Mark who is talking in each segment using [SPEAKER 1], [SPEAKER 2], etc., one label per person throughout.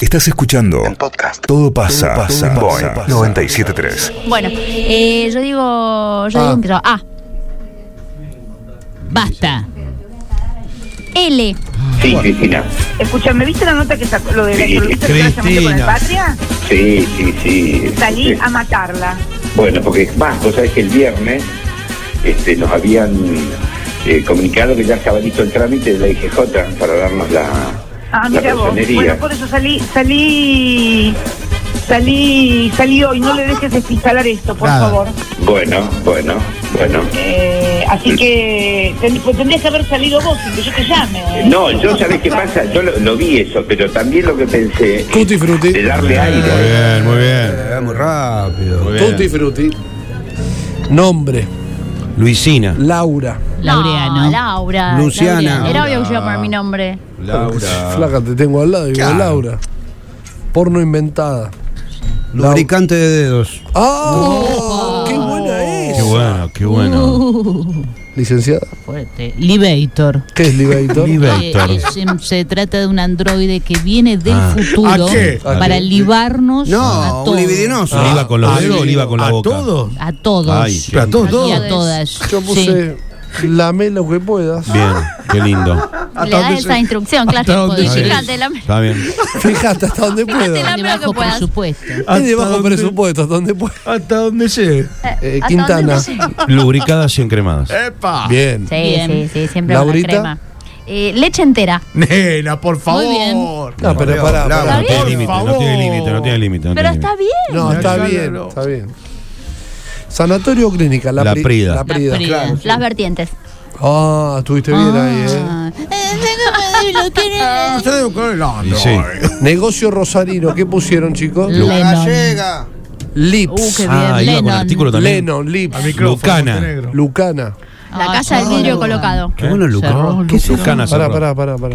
[SPEAKER 1] Estás escuchando
[SPEAKER 2] En podcast.
[SPEAKER 1] Todo pasa,
[SPEAKER 3] Todo pasa,
[SPEAKER 1] Boing
[SPEAKER 3] pasa.
[SPEAKER 1] 973.
[SPEAKER 4] Bueno, eh, yo digo. Yo
[SPEAKER 3] Ah.
[SPEAKER 4] digo que yo. A.
[SPEAKER 5] Basta.
[SPEAKER 4] L.
[SPEAKER 2] Sí, Cristina.
[SPEAKER 6] Escúchame, ¿viste la nota que sacó lo de la columnista que estaba llamando con
[SPEAKER 3] Cristina.
[SPEAKER 6] el Patria?
[SPEAKER 2] Sí, sí, sí.
[SPEAKER 6] Salí
[SPEAKER 2] Sí.
[SPEAKER 6] a matarla.
[SPEAKER 2] Bueno, porque es más, vos sabés que el viernes este, nos habían eh, comunicado que ya estaba listo el trámite de la IGJ para darnos la,
[SPEAKER 6] Ah,
[SPEAKER 2] la
[SPEAKER 6] mira vos.
[SPEAKER 2] personería.
[SPEAKER 6] Bueno, por eso salí, salí, salí, salí hoy. No le dejes desinstalar esto, por
[SPEAKER 3] Nada.
[SPEAKER 6] favor.
[SPEAKER 2] Bueno, bueno, bueno.
[SPEAKER 6] Eh, así que ten- pues tendrías que haber salido vos sin que yo te llame. ¿eh?
[SPEAKER 2] No, yo sabés qué pasa, yo lo, lo vi eso, pero también lo que pensé es
[SPEAKER 3] Tutti frutti.
[SPEAKER 2] de darle aire.
[SPEAKER 7] bien, muy bien.
[SPEAKER 3] Eh, muy rápido.
[SPEAKER 7] Muy bien.
[SPEAKER 3] Tutti frutti. Nombre.
[SPEAKER 7] Luisina.
[SPEAKER 3] Laura.
[SPEAKER 5] Laureano.
[SPEAKER 4] No, Laura.
[SPEAKER 7] Luciana.
[SPEAKER 4] Laura. Era obvio que yo iba a poner mi nombre.
[SPEAKER 3] Flaca, te tengo al lado. Digo,
[SPEAKER 7] Claro.
[SPEAKER 3] Laura. Porno inventada.
[SPEAKER 7] Lubricante de dedos.
[SPEAKER 3] ¡Ah! ¡Qué buena es!
[SPEAKER 7] Qué bueno, qué bueno.
[SPEAKER 3] Licenciada.
[SPEAKER 5] Fuerte. Libator.
[SPEAKER 3] ¿Qué es Libator?
[SPEAKER 7] Libator.
[SPEAKER 5] Eh, es, em, se trata de un androide que viene del
[SPEAKER 7] Ah.
[SPEAKER 5] futuro
[SPEAKER 8] ¿A qué?
[SPEAKER 5] para libarnos a
[SPEAKER 7] No,
[SPEAKER 5] todos.
[SPEAKER 7] un libidinoso.
[SPEAKER 8] ¿Oliva
[SPEAKER 7] Oliva con los dedos, oliva con la boca.
[SPEAKER 8] Ah, ¿A todos?
[SPEAKER 5] A todos.
[SPEAKER 7] Ay, qué-
[SPEAKER 8] ¿Pero a todos?
[SPEAKER 5] Y
[SPEAKER 8] todos?
[SPEAKER 5] a todas.
[SPEAKER 3] Yo puse lamé lo que puedas.
[SPEAKER 7] Bien, qué lindo.
[SPEAKER 4] Le das esa instrucción, claro.
[SPEAKER 8] dónde
[SPEAKER 4] tipo,
[SPEAKER 8] llegues?
[SPEAKER 4] Fíjate la
[SPEAKER 7] Está bien.
[SPEAKER 3] Fíjate hasta donde puedas.
[SPEAKER 4] la-
[SPEAKER 5] De
[SPEAKER 4] Dame lo que
[SPEAKER 5] bajo
[SPEAKER 4] puedas.
[SPEAKER 5] presupuesto.
[SPEAKER 3] Es de bajo presupuesto, hasta donde puedas.
[SPEAKER 8] ¿Hasta dónde llegue?
[SPEAKER 3] Eh,
[SPEAKER 4] ¿Hasta
[SPEAKER 3] Quintana.
[SPEAKER 4] dónde llegué?
[SPEAKER 7] Lubricadas y encremadas. Ah.
[SPEAKER 8] ¡Epa!
[SPEAKER 3] Bien.
[SPEAKER 4] Sí,
[SPEAKER 5] Bien.
[SPEAKER 4] sí, sí, siempre con la
[SPEAKER 3] Laurita.
[SPEAKER 4] crema. Eh, leche entera.
[SPEAKER 8] Nena, por favor.
[SPEAKER 3] No, pero pará.
[SPEAKER 7] Claro,
[SPEAKER 3] pará.
[SPEAKER 7] no tiene
[SPEAKER 8] Por
[SPEAKER 7] límite, no
[SPEAKER 8] favor.
[SPEAKER 7] tiene límite, no tiene límite. no
[SPEAKER 4] Pero
[SPEAKER 7] tiene
[SPEAKER 4] está
[SPEAKER 7] límite.
[SPEAKER 4] bien.
[SPEAKER 3] No,
[SPEAKER 8] No,
[SPEAKER 3] está
[SPEAKER 8] no,
[SPEAKER 3] bien,
[SPEAKER 8] no.
[SPEAKER 3] está bien. Sanatorio o clínica, la,
[SPEAKER 7] La
[SPEAKER 3] pri-
[SPEAKER 7] Prida.
[SPEAKER 3] La
[SPEAKER 7] La
[SPEAKER 3] Prida,
[SPEAKER 5] Prida.
[SPEAKER 3] claro.
[SPEAKER 4] Las vertientes.
[SPEAKER 3] Ah, estuviste bien ahí, eh.
[SPEAKER 4] Ah. Eh, no me desbloqueen.
[SPEAKER 8] Ah, ustedes buscaron el
[SPEAKER 7] Y
[SPEAKER 8] otro.
[SPEAKER 7] sí.
[SPEAKER 3] Negocio Rosarino, ¿qué pusieron, chicos?
[SPEAKER 5] Lennon. Uh,
[SPEAKER 3] Lips.
[SPEAKER 5] qué bien.
[SPEAKER 7] Ah, iba con
[SPEAKER 5] Lennon.
[SPEAKER 7] artículo también.
[SPEAKER 3] Lennon, Lips.
[SPEAKER 8] Al micrófono,
[SPEAKER 7] Lucana.
[SPEAKER 8] Montenegro.
[SPEAKER 3] Lucana.
[SPEAKER 4] La
[SPEAKER 5] Ah,
[SPEAKER 4] casa del
[SPEAKER 5] cerró
[SPEAKER 4] vidrio
[SPEAKER 5] la-
[SPEAKER 4] colocado.
[SPEAKER 7] Qué bueno, Lucana.
[SPEAKER 5] Cerró,
[SPEAKER 7] ¿Qué es Lucana?
[SPEAKER 3] Pará,
[SPEAKER 7] cerró.
[SPEAKER 3] pará, pará, pará.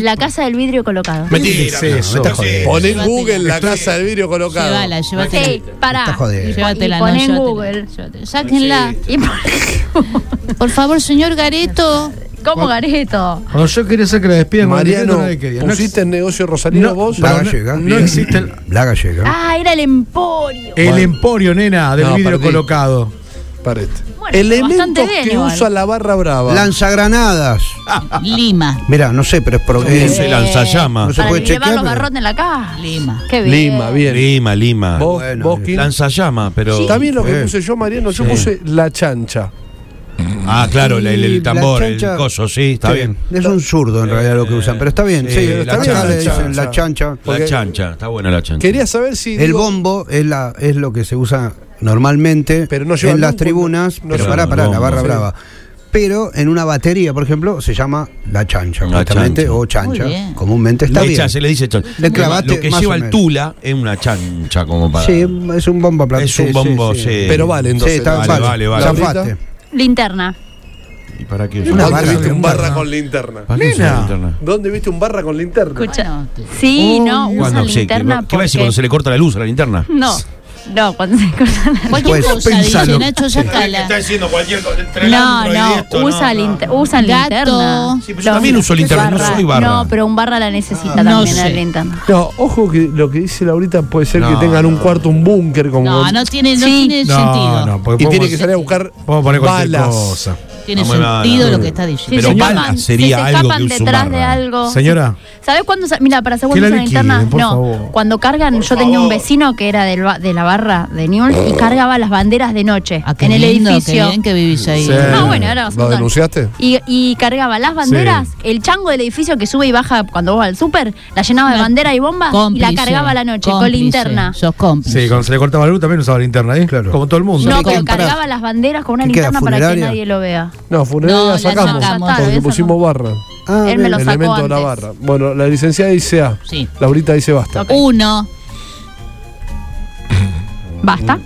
[SPEAKER 4] La casa del vidrio colocado.
[SPEAKER 8] Mentira,
[SPEAKER 7] No, me
[SPEAKER 8] eso.
[SPEAKER 7] está jodiendo.
[SPEAKER 3] Poné en Google la casa del vidrio colocado.
[SPEAKER 5] Llévala, llévatela.
[SPEAKER 4] Sí, pará.
[SPEAKER 5] Y
[SPEAKER 7] jodiendo.
[SPEAKER 5] Llévatela,
[SPEAKER 4] Y
[SPEAKER 5] no,
[SPEAKER 4] pon en
[SPEAKER 5] llévatela.
[SPEAKER 4] Google.
[SPEAKER 5] Llévatela. Sáquenla.
[SPEAKER 4] Y por-
[SPEAKER 5] Por favor, señor Gareto.
[SPEAKER 4] ¿Cómo Gareto?
[SPEAKER 8] Cuando yo quería hacer que la despidan, cuando
[SPEAKER 3] Mariano,
[SPEAKER 8] quería, nadie quería. No
[SPEAKER 3] ¿pusiste el negocio Rosarino
[SPEAKER 8] No,
[SPEAKER 3] vos?
[SPEAKER 8] para-
[SPEAKER 7] La gallega.
[SPEAKER 8] no
[SPEAKER 7] Bien.
[SPEAKER 8] existe el-
[SPEAKER 7] La gallega.
[SPEAKER 4] Ah, era el emporio.
[SPEAKER 8] El Bueno. emporio, nena, del
[SPEAKER 3] No,
[SPEAKER 8] vidrio
[SPEAKER 3] perdí.
[SPEAKER 8] colocado.
[SPEAKER 3] Para este.
[SPEAKER 4] Bueno, bastante
[SPEAKER 3] Elementos
[SPEAKER 4] bien
[SPEAKER 3] que
[SPEAKER 4] igual.
[SPEAKER 3] usa la barra brava.
[SPEAKER 7] Lanzagranadas.
[SPEAKER 5] Lima.
[SPEAKER 7] Mirá, no sé, pero es pro-
[SPEAKER 4] Eh,
[SPEAKER 7] es el lanzallamas.
[SPEAKER 4] Para
[SPEAKER 7] No se puede
[SPEAKER 4] llevar
[SPEAKER 7] chequear,
[SPEAKER 4] los
[SPEAKER 7] pero-
[SPEAKER 4] barrotes en la casa.
[SPEAKER 5] Lima.
[SPEAKER 4] Qué bien.
[SPEAKER 3] Lima, bien.
[SPEAKER 7] Lima, Lima.
[SPEAKER 3] Vos, vos, Kim.
[SPEAKER 7] Lanzallamas, pero.
[SPEAKER 3] Está bien lo que
[SPEAKER 7] Eh.
[SPEAKER 3] puse yo, Mariano. Yo
[SPEAKER 7] Sí.
[SPEAKER 3] puse la chancha.
[SPEAKER 7] Ah, claro, el, el- el
[SPEAKER 9] Y la
[SPEAKER 7] tambor, el
[SPEAKER 9] chancha-
[SPEAKER 7] coso, sí, está bien.
[SPEAKER 9] Es un zurdo en realidad lo que usan, pero está bien.
[SPEAKER 7] Sí,
[SPEAKER 9] Sí,
[SPEAKER 7] la
[SPEAKER 9] está bien.
[SPEAKER 7] chancha. Pues,
[SPEAKER 9] le dicen la chancha.
[SPEAKER 7] La chancha, está buena la chancha.
[SPEAKER 3] Quería saber si.
[SPEAKER 9] El
[SPEAKER 3] digo,
[SPEAKER 9] bombo es, la, es lo que se usa normalmente
[SPEAKER 3] Pero no lleva
[SPEAKER 9] en las
[SPEAKER 3] nunca-
[SPEAKER 9] tribunas.
[SPEAKER 3] no
[SPEAKER 9] pero
[SPEAKER 3] lleva
[SPEAKER 9] pará,
[SPEAKER 7] un
[SPEAKER 9] pará, la
[SPEAKER 7] bombo.
[SPEAKER 9] barra
[SPEAKER 7] Sí.
[SPEAKER 9] brava. Pero en una batería, por ejemplo, se llama la chancha,
[SPEAKER 7] La
[SPEAKER 9] justamente,
[SPEAKER 7] chancha.
[SPEAKER 9] o
[SPEAKER 5] Muy bien.
[SPEAKER 9] chancha. Comúnmente está
[SPEAKER 7] Le
[SPEAKER 9] bien.
[SPEAKER 7] echa- se le dice chancha.
[SPEAKER 9] Le clavaste
[SPEAKER 7] Lo que
[SPEAKER 9] más
[SPEAKER 7] lleva
[SPEAKER 9] o
[SPEAKER 7] el
[SPEAKER 9] menos.
[SPEAKER 7] tula es una chancha como para.
[SPEAKER 9] Sí, es un bombo plata-
[SPEAKER 7] es un
[SPEAKER 9] sí,
[SPEAKER 7] bombo,
[SPEAKER 9] sí,
[SPEAKER 7] sí.
[SPEAKER 9] sí.
[SPEAKER 3] Pero vale, entonces.
[SPEAKER 9] Sí, está,
[SPEAKER 7] Vale, vale,
[SPEAKER 9] vale,
[SPEAKER 7] vale.
[SPEAKER 9] Zafaste.
[SPEAKER 4] Linterna.
[SPEAKER 7] ¿Y para qué?
[SPEAKER 9] Una
[SPEAKER 3] ¿Dónde
[SPEAKER 9] barra
[SPEAKER 3] viste un
[SPEAKER 9] con
[SPEAKER 3] barra con linterna?
[SPEAKER 7] ¿Para qué usa
[SPEAKER 8] Nena.
[SPEAKER 7] linterna?
[SPEAKER 3] ¿Dónde viste un barra con linterna?
[SPEAKER 4] Escucha. Sí, no, usa
[SPEAKER 7] Uh, Cuando- sí,
[SPEAKER 4] linterna
[SPEAKER 7] ¿Qué va a
[SPEAKER 4] porque-
[SPEAKER 7] decir cuando se le corta la luz a la linterna?
[SPEAKER 4] No, no, cuando se cortan las-
[SPEAKER 5] Cualquier
[SPEAKER 9] Pues,
[SPEAKER 5] cosa, dice
[SPEAKER 9] pensalo.
[SPEAKER 5] Nacho Sacala.
[SPEAKER 7] diciendo cualquier cosa.
[SPEAKER 4] No, no, usa linte- usan
[SPEAKER 5] Gato.
[SPEAKER 4] linterna.
[SPEAKER 7] Sí, pero yo también uso linterna, no soy barra.
[SPEAKER 4] No, pero un barra la necesita
[SPEAKER 5] No
[SPEAKER 4] también la
[SPEAKER 5] sé.
[SPEAKER 4] linterna.
[SPEAKER 3] No, ojo que lo que dice Laurita puede ser que tengan un cuarto, un búnker como.
[SPEAKER 5] No, no tiene, no
[SPEAKER 4] Sí.
[SPEAKER 5] tiene
[SPEAKER 8] No,
[SPEAKER 5] sentido.
[SPEAKER 8] no, porque
[SPEAKER 3] y
[SPEAKER 8] podemos-
[SPEAKER 3] tiene que salir a buscar
[SPEAKER 8] Podemos poner cualquier
[SPEAKER 3] balas.
[SPEAKER 8] cosa.
[SPEAKER 5] Tiene
[SPEAKER 7] pues, No, no,
[SPEAKER 5] sentido
[SPEAKER 7] no, no.
[SPEAKER 5] lo que está
[SPEAKER 4] Si
[SPEAKER 5] diciendo.
[SPEAKER 7] Pero
[SPEAKER 4] se
[SPEAKER 7] bala
[SPEAKER 4] escapan-
[SPEAKER 7] sería
[SPEAKER 4] si se
[SPEAKER 7] algo
[SPEAKER 4] escapan
[SPEAKER 7] que usa un
[SPEAKER 4] detrás
[SPEAKER 7] barra.
[SPEAKER 4] de algo.
[SPEAKER 8] Señora.
[SPEAKER 4] ¿Sabes cuándo? Mira, para
[SPEAKER 8] Que la
[SPEAKER 4] segundos en la
[SPEAKER 8] liquiden,
[SPEAKER 4] linterna.
[SPEAKER 8] por
[SPEAKER 4] no,
[SPEAKER 8] favor.
[SPEAKER 4] cuando cargan, yo tenía un vecino que era del ba- de la barra de Newell's y cargaba las banderas de noche
[SPEAKER 5] Ah, qué
[SPEAKER 4] en el
[SPEAKER 5] lindo,
[SPEAKER 4] edificio.
[SPEAKER 5] Qué bien que vivís ahí.
[SPEAKER 8] Sí.
[SPEAKER 4] Ah, bueno, ahora vas a
[SPEAKER 3] ¿Lo
[SPEAKER 4] contar.
[SPEAKER 3] denunciaste?
[SPEAKER 4] Y, y cargaba las banderas, el chango del edificio que sube y baja cuando vos vas al súper, la llenaba de
[SPEAKER 5] Una
[SPEAKER 4] bandera y bomba
[SPEAKER 5] Cómplice,
[SPEAKER 4] y la cargaba a la noche con
[SPEAKER 5] cómplice.
[SPEAKER 4] linterna.
[SPEAKER 5] Sos cómplice.
[SPEAKER 8] Sí, cuando se le cortaba la luz también usaba linterna, ¿eh?
[SPEAKER 9] Claro.
[SPEAKER 8] Como todo el mundo.
[SPEAKER 4] No,
[SPEAKER 9] ¿Qué
[SPEAKER 4] pero
[SPEAKER 9] quedan paradas?
[SPEAKER 4] cargaba las banderas con una
[SPEAKER 9] ¿Qué queda,
[SPEAKER 4] linterna para que
[SPEAKER 9] funeraria?
[SPEAKER 4] nadie lo vea.
[SPEAKER 3] No, funeraria
[SPEAKER 5] No,
[SPEAKER 3] la
[SPEAKER 5] la
[SPEAKER 3] sacamos.
[SPEAKER 5] sacamos.
[SPEAKER 3] Porque
[SPEAKER 4] Esa
[SPEAKER 3] pusimos
[SPEAKER 4] no.
[SPEAKER 3] barra.
[SPEAKER 9] Ah,
[SPEAKER 4] Él me
[SPEAKER 9] bien.
[SPEAKER 4] lo sacó
[SPEAKER 3] Elemento de la
[SPEAKER 4] antes.
[SPEAKER 3] barra. Bueno, la licenciada dice A.
[SPEAKER 5] Sí.
[SPEAKER 3] Laurita dice basta.
[SPEAKER 4] Ok.
[SPEAKER 5] Uno,
[SPEAKER 4] Basta.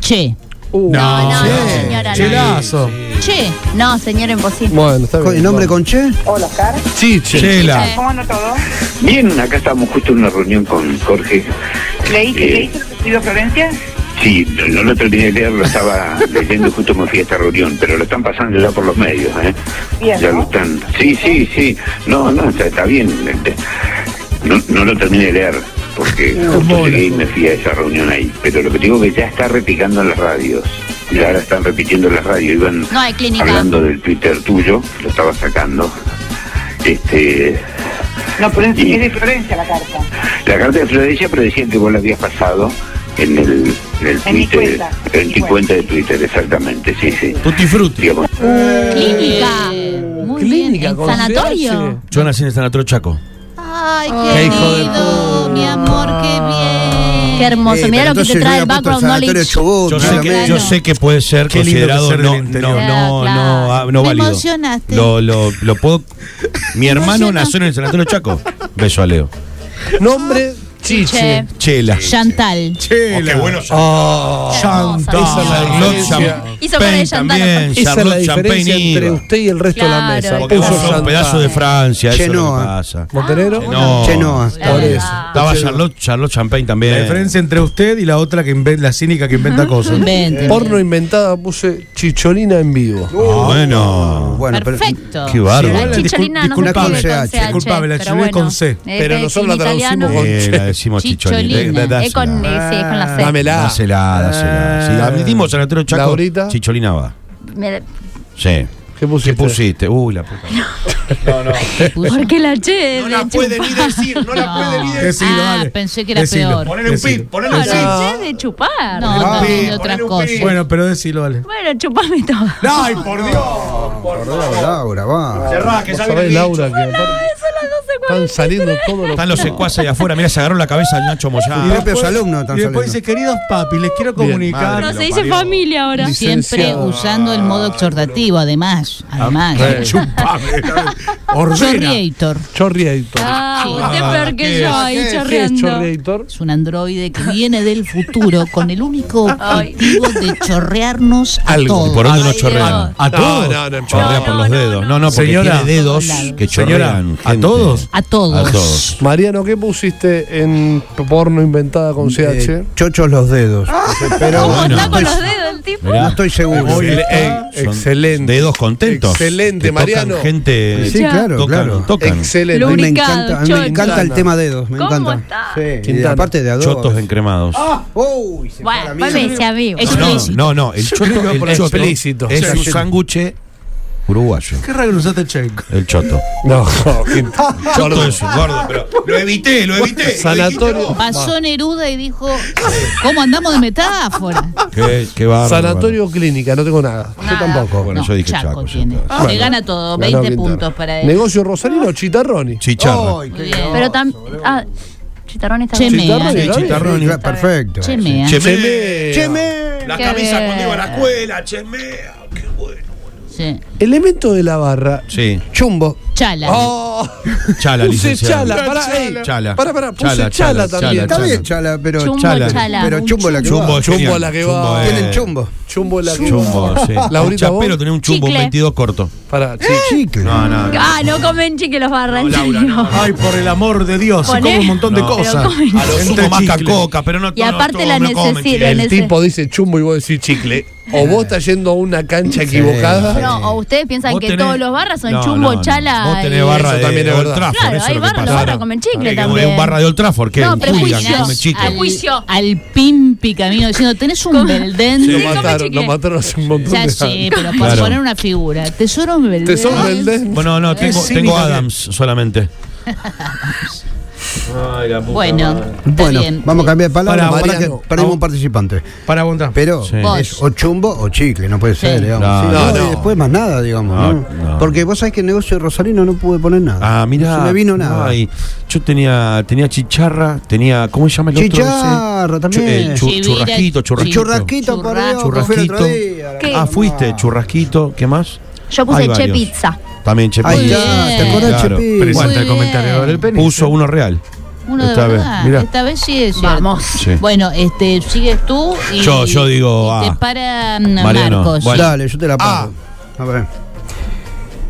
[SPEAKER 5] che.
[SPEAKER 3] Uh,
[SPEAKER 4] No,
[SPEAKER 5] Ah,
[SPEAKER 4] no, no, señora. no.
[SPEAKER 8] Chelazo.
[SPEAKER 5] Che.
[SPEAKER 4] No, señor, imposible.
[SPEAKER 3] Bueno, está bien.
[SPEAKER 9] ¿El nombre
[SPEAKER 3] bueno.
[SPEAKER 9] con Che?
[SPEAKER 6] Hola, Oscar.
[SPEAKER 3] Chiche.
[SPEAKER 4] Eh,
[SPEAKER 6] ¿Cómo anda todo?
[SPEAKER 2] Bien, acá estábamos justo en una reunión con Jorge.
[SPEAKER 6] ¿Leíste,
[SPEAKER 2] Eh.
[SPEAKER 6] leíste lo que escribió Florencia?
[SPEAKER 2] Sí, no, no lo terminé de leer, lo estaba leyendo justo me fui a esta reunión, pero lo están pasando ya por los medios, ¿eh?
[SPEAKER 6] Bien,
[SPEAKER 2] Ya
[SPEAKER 6] ¿no?
[SPEAKER 2] lo están. Sí, sí, sí. No, no, está, está bien. este, No, no lo terminé de leer, porque justo llegué y me fui a esa reunión ahí. Pero lo que te digo que ya está replicando en las radios. Y ahora están repitiendo en las radios. Iban
[SPEAKER 5] No hay clínica.
[SPEAKER 2] hablando del Twitter tuyo, lo estaba sacando. Este,
[SPEAKER 6] No, pero es,
[SPEAKER 2] Sí.
[SPEAKER 6] es de Florencia la carta.
[SPEAKER 2] la carta de Florencia, pero decían que vos la habías pasado en el, en el
[SPEAKER 6] En mi
[SPEAKER 2] Twitter.
[SPEAKER 6] cuenta.
[SPEAKER 2] En tu cuenta de Twitter, exactamente, sí, sí.
[SPEAKER 7] Tutti frutti.
[SPEAKER 2] Digamos,
[SPEAKER 5] Clínica. Muy
[SPEAKER 3] Clínica,
[SPEAKER 5] bien. ¿En
[SPEAKER 3] con
[SPEAKER 5] sanatorio?
[SPEAKER 3] CH.
[SPEAKER 7] Yo nací en el Sanatorio Chaco.
[SPEAKER 5] Ay,
[SPEAKER 7] Qué
[SPEAKER 5] qué
[SPEAKER 7] hijo de
[SPEAKER 5] lindo, mi amor, qué bien.
[SPEAKER 4] Qué hermoso.
[SPEAKER 9] Eh,
[SPEAKER 4] Mirá
[SPEAKER 9] pero
[SPEAKER 4] lo que te
[SPEAKER 9] entonces
[SPEAKER 4] trae
[SPEAKER 9] yo hubiera
[SPEAKER 4] el
[SPEAKER 9] puesto
[SPEAKER 4] background
[SPEAKER 9] sanatorio
[SPEAKER 4] knowledge.
[SPEAKER 9] Chubut,
[SPEAKER 7] Yo sé,
[SPEAKER 9] claramente.
[SPEAKER 7] que, yo sé que puede ser
[SPEAKER 8] Qué lindo que
[SPEAKER 7] considerado
[SPEAKER 8] ser del
[SPEAKER 7] no,
[SPEAKER 8] interior.
[SPEAKER 7] no, no,
[SPEAKER 4] Claro.
[SPEAKER 7] no, ah, no
[SPEAKER 5] Me
[SPEAKER 7] válido.
[SPEAKER 5] emocionaste.
[SPEAKER 7] Lo, lo, lo puedo. Mi hermano
[SPEAKER 5] emocionaste.
[SPEAKER 7] nació en el Sanatorio Chaco. Beso a Leo.
[SPEAKER 3] Nombre
[SPEAKER 4] Ah,
[SPEAKER 3] Chiche.
[SPEAKER 5] Che.
[SPEAKER 7] Chela.
[SPEAKER 5] Chantal.
[SPEAKER 7] Oh, qué bueno.
[SPEAKER 4] Chantal.
[SPEAKER 3] Esa es la diferencia.
[SPEAKER 7] Charlotte Champagne
[SPEAKER 4] Hizo cara de Chantal,
[SPEAKER 7] también.
[SPEAKER 3] Esa
[SPEAKER 4] aparte.
[SPEAKER 3] es la
[SPEAKER 7] Charlotte
[SPEAKER 3] diferencia
[SPEAKER 7] Champagne
[SPEAKER 3] entre
[SPEAKER 7] iba.
[SPEAKER 3] usted y el resto de la
[SPEAKER 4] Claro, Ah,
[SPEAKER 3] mesa.
[SPEAKER 7] Porque
[SPEAKER 4] Puso
[SPEAKER 7] vos sos un
[SPEAKER 3] Chantal.
[SPEAKER 7] pedazo de Francia, eso es lo que
[SPEAKER 9] Chenoa.
[SPEAKER 7] pasa.
[SPEAKER 3] Montenegro.
[SPEAKER 7] Chenoa.
[SPEAKER 9] Chenoa.
[SPEAKER 4] La
[SPEAKER 3] Por
[SPEAKER 4] verdad.
[SPEAKER 3] eso.
[SPEAKER 7] Estaba Charlotte, Charlotte Champagne también.
[SPEAKER 8] La diferencia entre usted y la otra que inventa, la cínica que inventa cosas.
[SPEAKER 7] Eh,
[SPEAKER 5] Vente.
[SPEAKER 3] Porno inventada puse chicholina en vivo.
[SPEAKER 7] Ah, bueno.
[SPEAKER 9] Bueno, pero-
[SPEAKER 5] Perfecto.
[SPEAKER 7] Qué bárbaro.
[SPEAKER 4] La chicholina no se
[SPEAKER 8] disculpable,
[SPEAKER 4] escribe con
[SPEAKER 9] disculpable,
[SPEAKER 4] CH,
[SPEAKER 8] disculpable, la
[SPEAKER 4] pero
[SPEAKER 8] chicholina es con
[SPEAKER 4] bueno.
[SPEAKER 8] C.
[SPEAKER 4] Eh,
[SPEAKER 3] Pero
[SPEAKER 4] en
[SPEAKER 3] nosotros la
[SPEAKER 4] italiano,
[SPEAKER 3] traducimos
[SPEAKER 7] Eh, la decimos chicholina.
[SPEAKER 5] Chicholina.
[SPEAKER 7] Da- da-
[SPEAKER 4] Es con,
[SPEAKER 7] dásela.
[SPEAKER 4] eh, sí, es con la C.
[SPEAKER 3] Dámela.
[SPEAKER 7] Dásela, dásela. Si admitimos Sanatorio Chaco,
[SPEAKER 3] Laurita.
[SPEAKER 7] chicholina va.
[SPEAKER 4] Me-
[SPEAKER 7] Sí.
[SPEAKER 3] ¿Qué pusiste?
[SPEAKER 7] ¿Qué pusiste? Uy, la puta.
[SPEAKER 4] ¿Por qué la che? No la puede ni decir,
[SPEAKER 7] no la puede ni decir.
[SPEAKER 8] Decilo,
[SPEAKER 5] Ah,
[SPEAKER 8] dale.
[SPEAKER 5] pensé que era
[SPEAKER 8] Decilo.
[SPEAKER 5] peor.
[SPEAKER 7] Ponele un
[SPEAKER 8] Decilo.
[SPEAKER 7] pip, ponele
[SPEAKER 4] No,
[SPEAKER 7] un pip.
[SPEAKER 4] la che de chupar.
[SPEAKER 5] No,
[SPEAKER 8] Ah,
[SPEAKER 5] también de otras
[SPEAKER 7] ponele un
[SPEAKER 5] cosas.
[SPEAKER 7] pi.
[SPEAKER 8] Bueno, pero decilo, vale.
[SPEAKER 4] Bueno, chupame todo.
[SPEAKER 8] ¡Ay, por Dios!
[SPEAKER 9] por Dios, Laura, va.
[SPEAKER 7] Cerrá, que
[SPEAKER 3] Vos sabés,
[SPEAKER 7] ya viene el bicho.
[SPEAKER 3] Laura, que aparte
[SPEAKER 4] Son las 12.40.
[SPEAKER 3] están saliendo todos los.
[SPEAKER 7] Están los secuaces ahí afuera. Mirá, se agarró la cabeza al Nacho
[SPEAKER 9] Y
[SPEAKER 7] Moyano.
[SPEAKER 9] propios alumnos
[SPEAKER 8] Y
[SPEAKER 9] están
[SPEAKER 8] después dice,
[SPEAKER 9] saliendo.
[SPEAKER 8] queridos papi, les quiero comunicar.
[SPEAKER 4] No se dice familia ahora.
[SPEAKER 3] Dice-
[SPEAKER 5] Siempre
[SPEAKER 3] Licenciado.
[SPEAKER 5] usando el modo exhortativo, además. Además.
[SPEAKER 8] Chupame. Ordena.
[SPEAKER 5] Chorriator
[SPEAKER 3] Chorriator.
[SPEAKER 4] Ah, usted es peor que
[SPEAKER 7] ¿qué
[SPEAKER 4] yo
[SPEAKER 7] es?
[SPEAKER 4] ahí
[SPEAKER 3] ¿Qué es
[SPEAKER 4] chorreando.
[SPEAKER 3] chorriator?
[SPEAKER 5] es un androide que viene del futuro con el único
[SPEAKER 4] Ay.
[SPEAKER 5] objetivo de chorrearnos a
[SPEAKER 7] Algo.
[SPEAKER 5] todos.
[SPEAKER 7] ¿Y por dónde no
[SPEAKER 4] Ay,
[SPEAKER 7] chorrean?
[SPEAKER 4] Dios.
[SPEAKER 8] ¿A todos?
[SPEAKER 3] No, no, no.
[SPEAKER 7] Chorrea por los
[SPEAKER 4] no,
[SPEAKER 7] dedos. No, no, porque
[SPEAKER 8] Señora.
[SPEAKER 7] tiene dedos
[SPEAKER 8] Señora,
[SPEAKER 7] que chorrean.
[SPEAKER 8] ¿a
[SPEAKER 7] gente.
[SPEAKER 8] todos?
[SPEAKER 5] A todos.
[SPEAKER 7] A todos.
[SPEAKER 3] Mariano, ¿qué pusiste en porno inventada con CH?
[SPEAKER 9] Eh, chochos los dedos.
[SPEAKER 7] Ah.
[SPEAKER 9] Pero
[SPEAKER 4] ¿Cómo
[SPEAKER 7] Bueno.
[SPEAKER 4] está con los dedos el tipo?
[SPEAKER 7] Mirá.
[SPEAKER 9] no estoy seguro.
[SPEAKER 3] Oye,
[SPEAKER 7] Excelente.
[SPEAKER 3] ey,
[SPEAKER 7] Son
[SPEAKER 3] excelente.
[SPEAKER 7] Dedos contentos.
[SPEAKER 3] Excelente,
[SPEAKER 7] Te tocan
[SPEAKER 3] Mariano.
[SPEAKER 7] Gente.
[SPEAKER 9] Sí, claro,
[SPEAKER 7] tocan,
[SPEAKER 9] claro.
[SPEAKER 7] tocan.
[SPEAKER 3] Excelente.
[SPEAKER 9] A mí me
[SPEAKER 4] Lubricado,
[SPEAKER 9] encanta, a mí me
[SPEAKER 4] chocho.
[SPEAKER 9] encanta el tema dedos, me
[SPEAKER 4] ¿Cómo
[SPEAKER 9] encanta.
[SPEAKER 4] está?
[SPEAKER 9] Sí, y
[SPEAKER 3] Quintana.
[SPEAKER 9] aparte de adobo.
[SPEAKER 7] Chotos encremados.
[SPEAKER 9] Uy, se fue a la
[SPEAKER 4] Bueno, pues
[SPEAKER 9] mierda.
[SPEAKER 4] me decía amigo.
[SPEAKER 5] Es
[SPEAKER 7] No,
[SPEAKER 5] Explícito.
[SPEAKER 7] no, no. El
[SPEAKER 8] creo que
[SPEAKER 7] choto,
[SPEAKER 8] va por
[SPEAKER 7] el
[SPEAKER 8] ahí.
[SPEAKER 7] choto
[SPEAKER 3] Explícito.
[SPEAKER 7] es
[SPEAKER 3] Sí,
[SPEAKER 7] un
[SPEAKER 3] sí.
[SPEAKER 7] sándwich uruguayo.
[SPEAKER 8] ¿Qué raro usaste check?
[SPEAKER 7] El choto.
[SPEAKER 3] No, Quintana.
[SPEAKER 7] Choto es un gordo, pero lo evité, lo evité. lo
[SPEAKER 3] Sanatorio.
[SPEAKER 5] Pasó Neruda y dijo, ¿cómo andamos de metáfora?
[SPEAKER 7] dijiste. Qué, qué bárbaro.
[SPEAKER 3] Sanatorio Clínica, no tengo nada. Yo tampoco.
[SPEAKER 7] Bueno,
[SPEAKER 5] No,
[SPEAKER 7] yo dije Chaco. ya
[SPEAKER 5] tiene.
[SPEAKER 7] está.
[SPEAKER 5] Le gana todo,
[SPEAKER 3] Ganó
[SPEAKER 5] 20
[SPEAKER 3] Quintana.
[SPEAKER 5] puntos para él.
[SPEAKER 3] Negocio Rosarino, Chitarroni.
[SPEAKER 7] Chicharra.
[SPEAKER 9] Ay, qué
[SPEAKER 5] Muy bien.
[SPEAKER 4] Pero también. Ah, Chitarrón está
[SPEAKER 5] Che,
[SPEAKER 4] bueno.
[SPEAKER 5] mea.
[SPEAKER 3] Chitarroni, ¿no?
[SPEAKER 7] Chitarroni.
[SPEAKER 9] Claro, Perfecto.
[SPEAKER 5] Chemea.
[SPEAKER 7] Chemea.
[SPEAKER 9] Cheme.
[SPEAKER 7] La
[SPEAKER 4] Qué
[SPEAKER 7] camisa
[SPEAKER 4] bien.
[SPEAKER 7] cuando iba a la escuela, chemea. Qué bueno.
[SPEAKER 5] Sí.
[SPEAKER 3] Elemento de la barra.
[SPEAKER 7] Sí.
[SPEAKER 3] Chumbo.
[SPEAKER 5] Chala.
[SPEAKER 3] Oh,
[SPEAKER 7] Chala,
[SPEAKER 3] puse
[SPEAKER 7] licenciado.
[SPEAKER 3] chala, pará, ey,
[SPEAKER 7] Chala.
[SPEAKER 3] pará, pará, puse
[SPEAKER 7] Chala,
[SPEAKER 3] chala,
[SPEAKER 7] chala,
[SPEAKER 3] también.
[SPEAKER 9] Está
[SPEAKER 7] Chala.
[SPEAKER 9] bien, chala, pero
[SPEAKER 4] Chumbo,
[SPEAKER 7] Chala.
[SPEAKER 4] chala.
[SPEAKER 9] Pero chumbo la que
[SPEAKER 7] Chumbo,
[SPEAKER 9] va.
[SPEAKER 7] es
[SPEAKER 3] Chumbo
[SPEAKER 7] genial.
[SPEAKER 3] la que va.
[SPEAKER 7] es-
[SPEAKER 9] Tienen chumbo.
[SPEAKER 3] Chumbo en la
[SPEAKER 7] Chumbo, sí.
[SPEAKER 3] Laurita,
[SPEAKER 7] El chapero
[SPEAKER 3] vos.
[SPEAKER 7] tenía un chumbo, un
[SPEAKER 4] Chicle.
[SPEAKER 7] 22 corto.
[SPEAKER 3] Pará, sí.
[SPEAKER 9] Chicle.
[SPEAKER 7] No, no, no.
[SPEAKER 4] Ah, no comen chique los barra, en serio.
[SPEAKER 8] Ay, por el amor de Dios, se
[SPEAKER 4] Poné-
[SPEAKER 8] come un montón de
[SPEAKER 7] No.
[SPEAKER 8] cosas.
[SPEAKER 4] Pero come-
[SPEAKER 7] A lo sumo
[SPEAKER 8] Entre
[SPEAKER 7] más
[SPEAKER 8] chicle.
[SPEAKER 7] coca, pero no
[SPEAKER 4] Y aparte la necesi- la
[SPEAKER 3] El
[SPEAKER 4] Ese.
[SPEAKER 3] tipo dice chumbo y vos decís chicle. O vos estás yendo a una cancha equivocada.
[SPEAKER 4] No, o ustedes piensan que todos los barras son chumbo, chala.
[SPEAKER 7] Vos tenés
[SPEAKER 4] y-
[SPEAKER 7] barra
[SPEAKER 3] Eso
[SPEAKER 7] de
[SPEAKER 3] también es
[SPEAKER 7] Old
[SPEAKER 3] verdad.
[SPEAKER 7] Trafford,
[SPEAKER 4] Claro,
[SPEAKER 7] eso
[SPEAKER 4] hay
[SPEAKER 7] es lo que
[SPEAKER 4] barras,
[SPEAKER 7] pasa.
[SPEAKER 4] barras comen chicle
[SPEAKER 7] Hay que-
[SPEAKER 4] también.
[SPEAKER 7] Un barra de Old Trafford, ¿qué?
[SPEAKER 4] No,
[SPEAKER 7] un
[SPEAKER 4] prejuicios.
[SPEAKER 7] hooligan que come chicle.
[SPEAKER 5] al,
[SPEAKER 4] Prejuicio.
[SPEAKER 5] al pimpi camino diciendo, tenés un Belden.
[SPEAKER 3] Lo
[SPEAKER 4] Sí, come
[SPEAKER 3] mataron,
[SPEAKER 4] chicle.
[SPEAKER 3] lo mataron hace un montón
[SPEAKER 5] Ya
[SPEAKER 3] de
[SPEAKER 5] sé,
[SPEAKER 3] años.
[SPEAKER 5] pero por
[SPEAKER 7] Claro.
[SPEAKER 5] poner una figura. Tesoro un Belden.
[SPEAKER 3] Tesoro Belden.
[SPEAKER 7] Bueno, no, tengo,
[SPEAKER 8] cínico
[SPEAKER 7] tengo
[SPEAKER 8] que-
[SPEAKER 7] Adams solamente. Ay, la puta
[SPEAKER 5] Bueno,
[SPEAKER 7] madre.
[SPEAKER 5] está
[SPEAKER 9] Bueno,
[SPEAKER 5] bien.
[SPEAKER 9] vamos a cambiar de palabra
[SPEAKER 8] Para,
[SPEAKER 9] para
[SPEAKER 3] Mariano.
[SPEAKER 9] que perdimos un participante.
[SPEAKER 8] Para aguantar.
[SPEAKER 9] Pero
[SPEAKER 7] Sí.
[SPEAKER 9] es o chumbo o chicle, no puede ser,
[SPEAKER 5] Sí.
[SPEAKER 9] digamos.
[SPEAKER 7] No,
[SPEAKER 9] Sí,
[SPEAKER 3] no,
[SPEAKER 9] no, y
[SPEAKER 3] no.
[SPEAKER 9] después más nada, digamos.
[SPEAKER 7] No,
[SPEAKER 9] ¿no?
[SPEAKER 7] no.
[SPEAKER 9] Porque vos sabés que el negocio de Rosalino no pude poner nada.
[SPEAKER 7] Ah, mirá.
[SPEAKER 9] No se me vino nada.
[SPEAKER 7] Ay, yo tenía, tenía chicharra, tenía. ¿Cómo se llama el
[SPEAKER 9] Chicharra
[SPEAKER 7] otro? ese? Chu-
[SPEAKER 9] también.
[SPEAKER 7] el chu-
[SPEAKER 5] Chivira,
[SPEAKER 7] churrasquito, churrasquito.
[SPEAKER 9] Churrasquito, por Dios,
[SPEAKER 7] Churrasquito.
[SPEAKER 9] que fue el otro día, la
[SPEAKER 4] ¿Qué?
[SPEAKER 7] Ah,
[SPEAKER 9] puta
[SPEAKER 7] fuiste,
[SPEAKER 9] madre.
[SPEAKER 7] churrasquito, ¿qué más?
[SPEAKER 4] Yo
[SPEAKER 7] Hay
[SPEAKER 4] puse che
[SPEAKER 7] varios.
[SPEAKER 4] pizza.
[SPEAKER 7] También Chepi.
[SPEAKER 9] Ahí está,
[SPEAKER 5] Bien.
[SPEAKER 9] ¿te acordás,
[SPEAKER 7] Claro,
[SPEAKER 9] Chepi?
[SPEAKER 7] presenta
[SPEAKER 5] Muy
[SPEAKER 8] el comentario
[SPEAKER 5] bien.
[SPEAKER 8] del pene.
[SPEAKER 7] Puso uno real.
[SPEAKER 5] Uno de
[SPEAKER 7] Esta vez,
[SPEAKER 5] verdad.
[SPEAKER 7] mirá.
[SPEAKER 5] Esta vez sí es cierto.
[SPEAKER 4] Vamos.
[SPEAKER 7] Sí.
[SPEAKER 5] Bueno, este, sigues tú y.
[SPEAKER 7] Yo- yo digo,
[SPEAKER 5] y
[SPEAKER 7] ah,
[SPEAKER 5] te para mm,
[SPEAKER 7] Mariano,
[SPEAKER 5] Marcos.
[SPEAKER 7] bueno. Ah.
[SPEAKER 9] Dale, yo te la pago. A ver.